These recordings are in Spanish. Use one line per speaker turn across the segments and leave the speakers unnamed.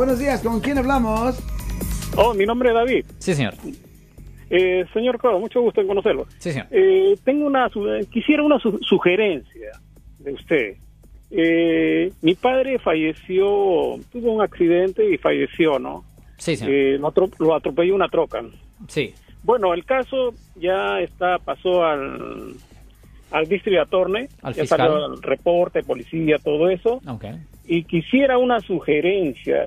Buenos días, ¿con quién hablamos?
Oh, mi nombre es David.
Sí, señor.
Eh, señor Coro, mucho gusto en conocerlo.
Sí, señor.
Eh, tengo una su- quisiera una su- sugerencia de usted. Eh, mi padre falleció, tuvo un accidente y falleció, ¿no?
Sí, señor.
Eh, lo, atro- lo atropelló una troca.
Sí.
Bueno, el caso ya está pasó al al district attorney,
Al
ya
fiscal.
salió el reporte, policía, todo eso,
Ok.
y quisiera una sugerencia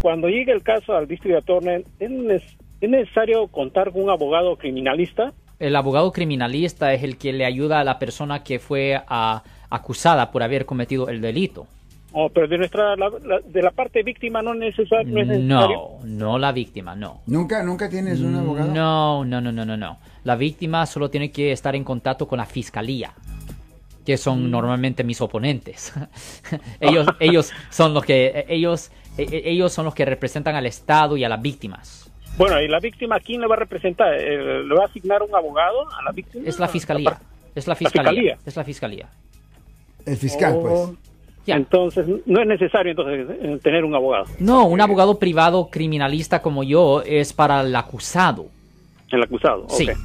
cuando llegue el caso al district attorney, ¿es, nes- es necesario contar con un abogado criminalista?
El abogado criminalista es el que le ayuda a la persona que fue ah, acusada por haber cometido el delito.
o Oh, pero de nuestra la- la- de la parte víctima no, necesar- no es necesario.
No, no la víctima, no.
Nunca, nunca tienes un abogado.
No, no, no, no, no, no. La víctima solo tiene que estar en contacto con la fiscalía, que
Mm.
son normalmente mis oponentes. ellos, ellos son los que, ellos, e- e- ellos son los que representan al Estado y a las víctimas.
Bueno, ¿y la víctima quién le va a representar? Eh, ¿Le va a asignar un abogado a la víctima?
Es la fiscalía.
Ah, par-
Es la
fiscalía.
fiscalía. Es la fiscalía.
El fiscal,
Oh,
pues.
Ya.
Entonces, no es necesario entonces eh, tener un abogado
No, un abogado privado criminalista como yo es para el acusado.
el acusado.
Sí.
ok.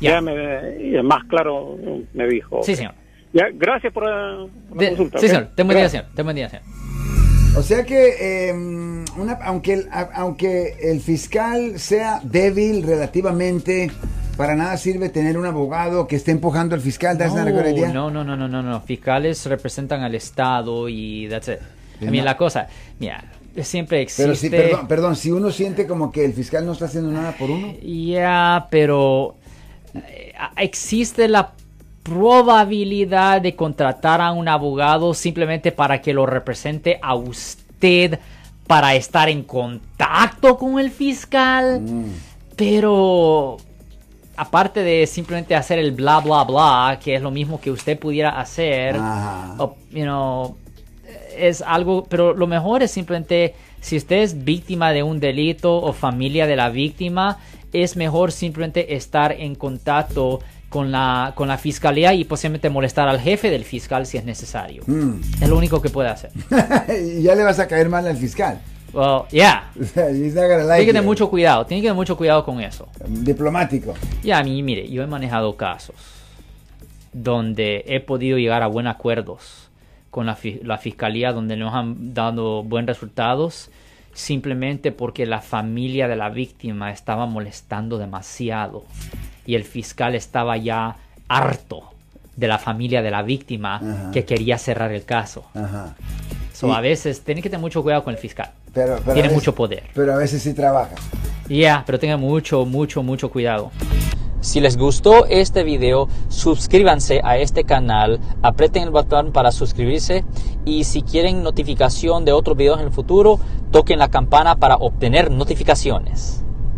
Ya.
Ya me, eh, más claro eh, me dijo.
Sí, señor.
Ya, gracias por eh, la,
De-
consulta.
sí,
ok.
señor. Ten buen día,
Gracias.
señor. Ten buen día, señor.
O sea que, eh, una, aunque, el, a- aunque el fiscal sea débil relativamente, para nada sirve tener un abogado que esté empujando al fiscal. ¿That's not a good idea?
No, no, no, no, no, no. Fiscales representan al Estado y that's it. I
Es
mean,
no-
la cosa, mira, siempre existe.
Pero sí, perdón, perdón, si uno siente como que el fiscal no está haciendo nada por uno.
Ya, pero eh, existe la probabilidad de contratar a un abogado simplemente para que lo represente a usted para estar en contacto con el fiscal. Pero aparte de simplemente hacer el bla bla bla, que es lo mismo que usted pudiera hacer,
Ajá.
o, you know, es algo, pero lo mejor es simplemente si usted es víctima de un delito o familia de la víctima, es mejor simplemente estar en contacto con la, con la fiscalía y posiblemente molestar al jefe del fiscal si es necesario.
Mm.
Es lo único que puede hacer.
Y ya le vas a caer mal al fiscal.
Well, yeah.
O sea, he's not gonna like
Tiene que tener
you.
mucho cuidado, tiene que tener mucho cuidado con eso.
Diplomático.
Ya, a mí, mire, yo he manejado casos donde he podido llegar a buenos acuerdos con la, fi- la fiscalía, donde nos han dado buenos resultados, simplemente porque la familia de la víctima estaba molestando demasiado y el fiscal estaba ya harto de la familia de la víctima
Ajá.
que quería cerrar el caso.
Ajá.
So,
Y-
a veces tiene que tener mucho cuidado con el fiscal.
Pero, pero a
Tiene
veces-
mucho poder.
Pero a veces sí trabaja.
Ya, pero tenga mucho, mucho, mucho cuidado.
Si les gustó este video, suscríbanse a este canal, aprieten el botón para suscribirse y si quieren notificación de otros videos en el futuro, toquen la campana para obtener notificaciones.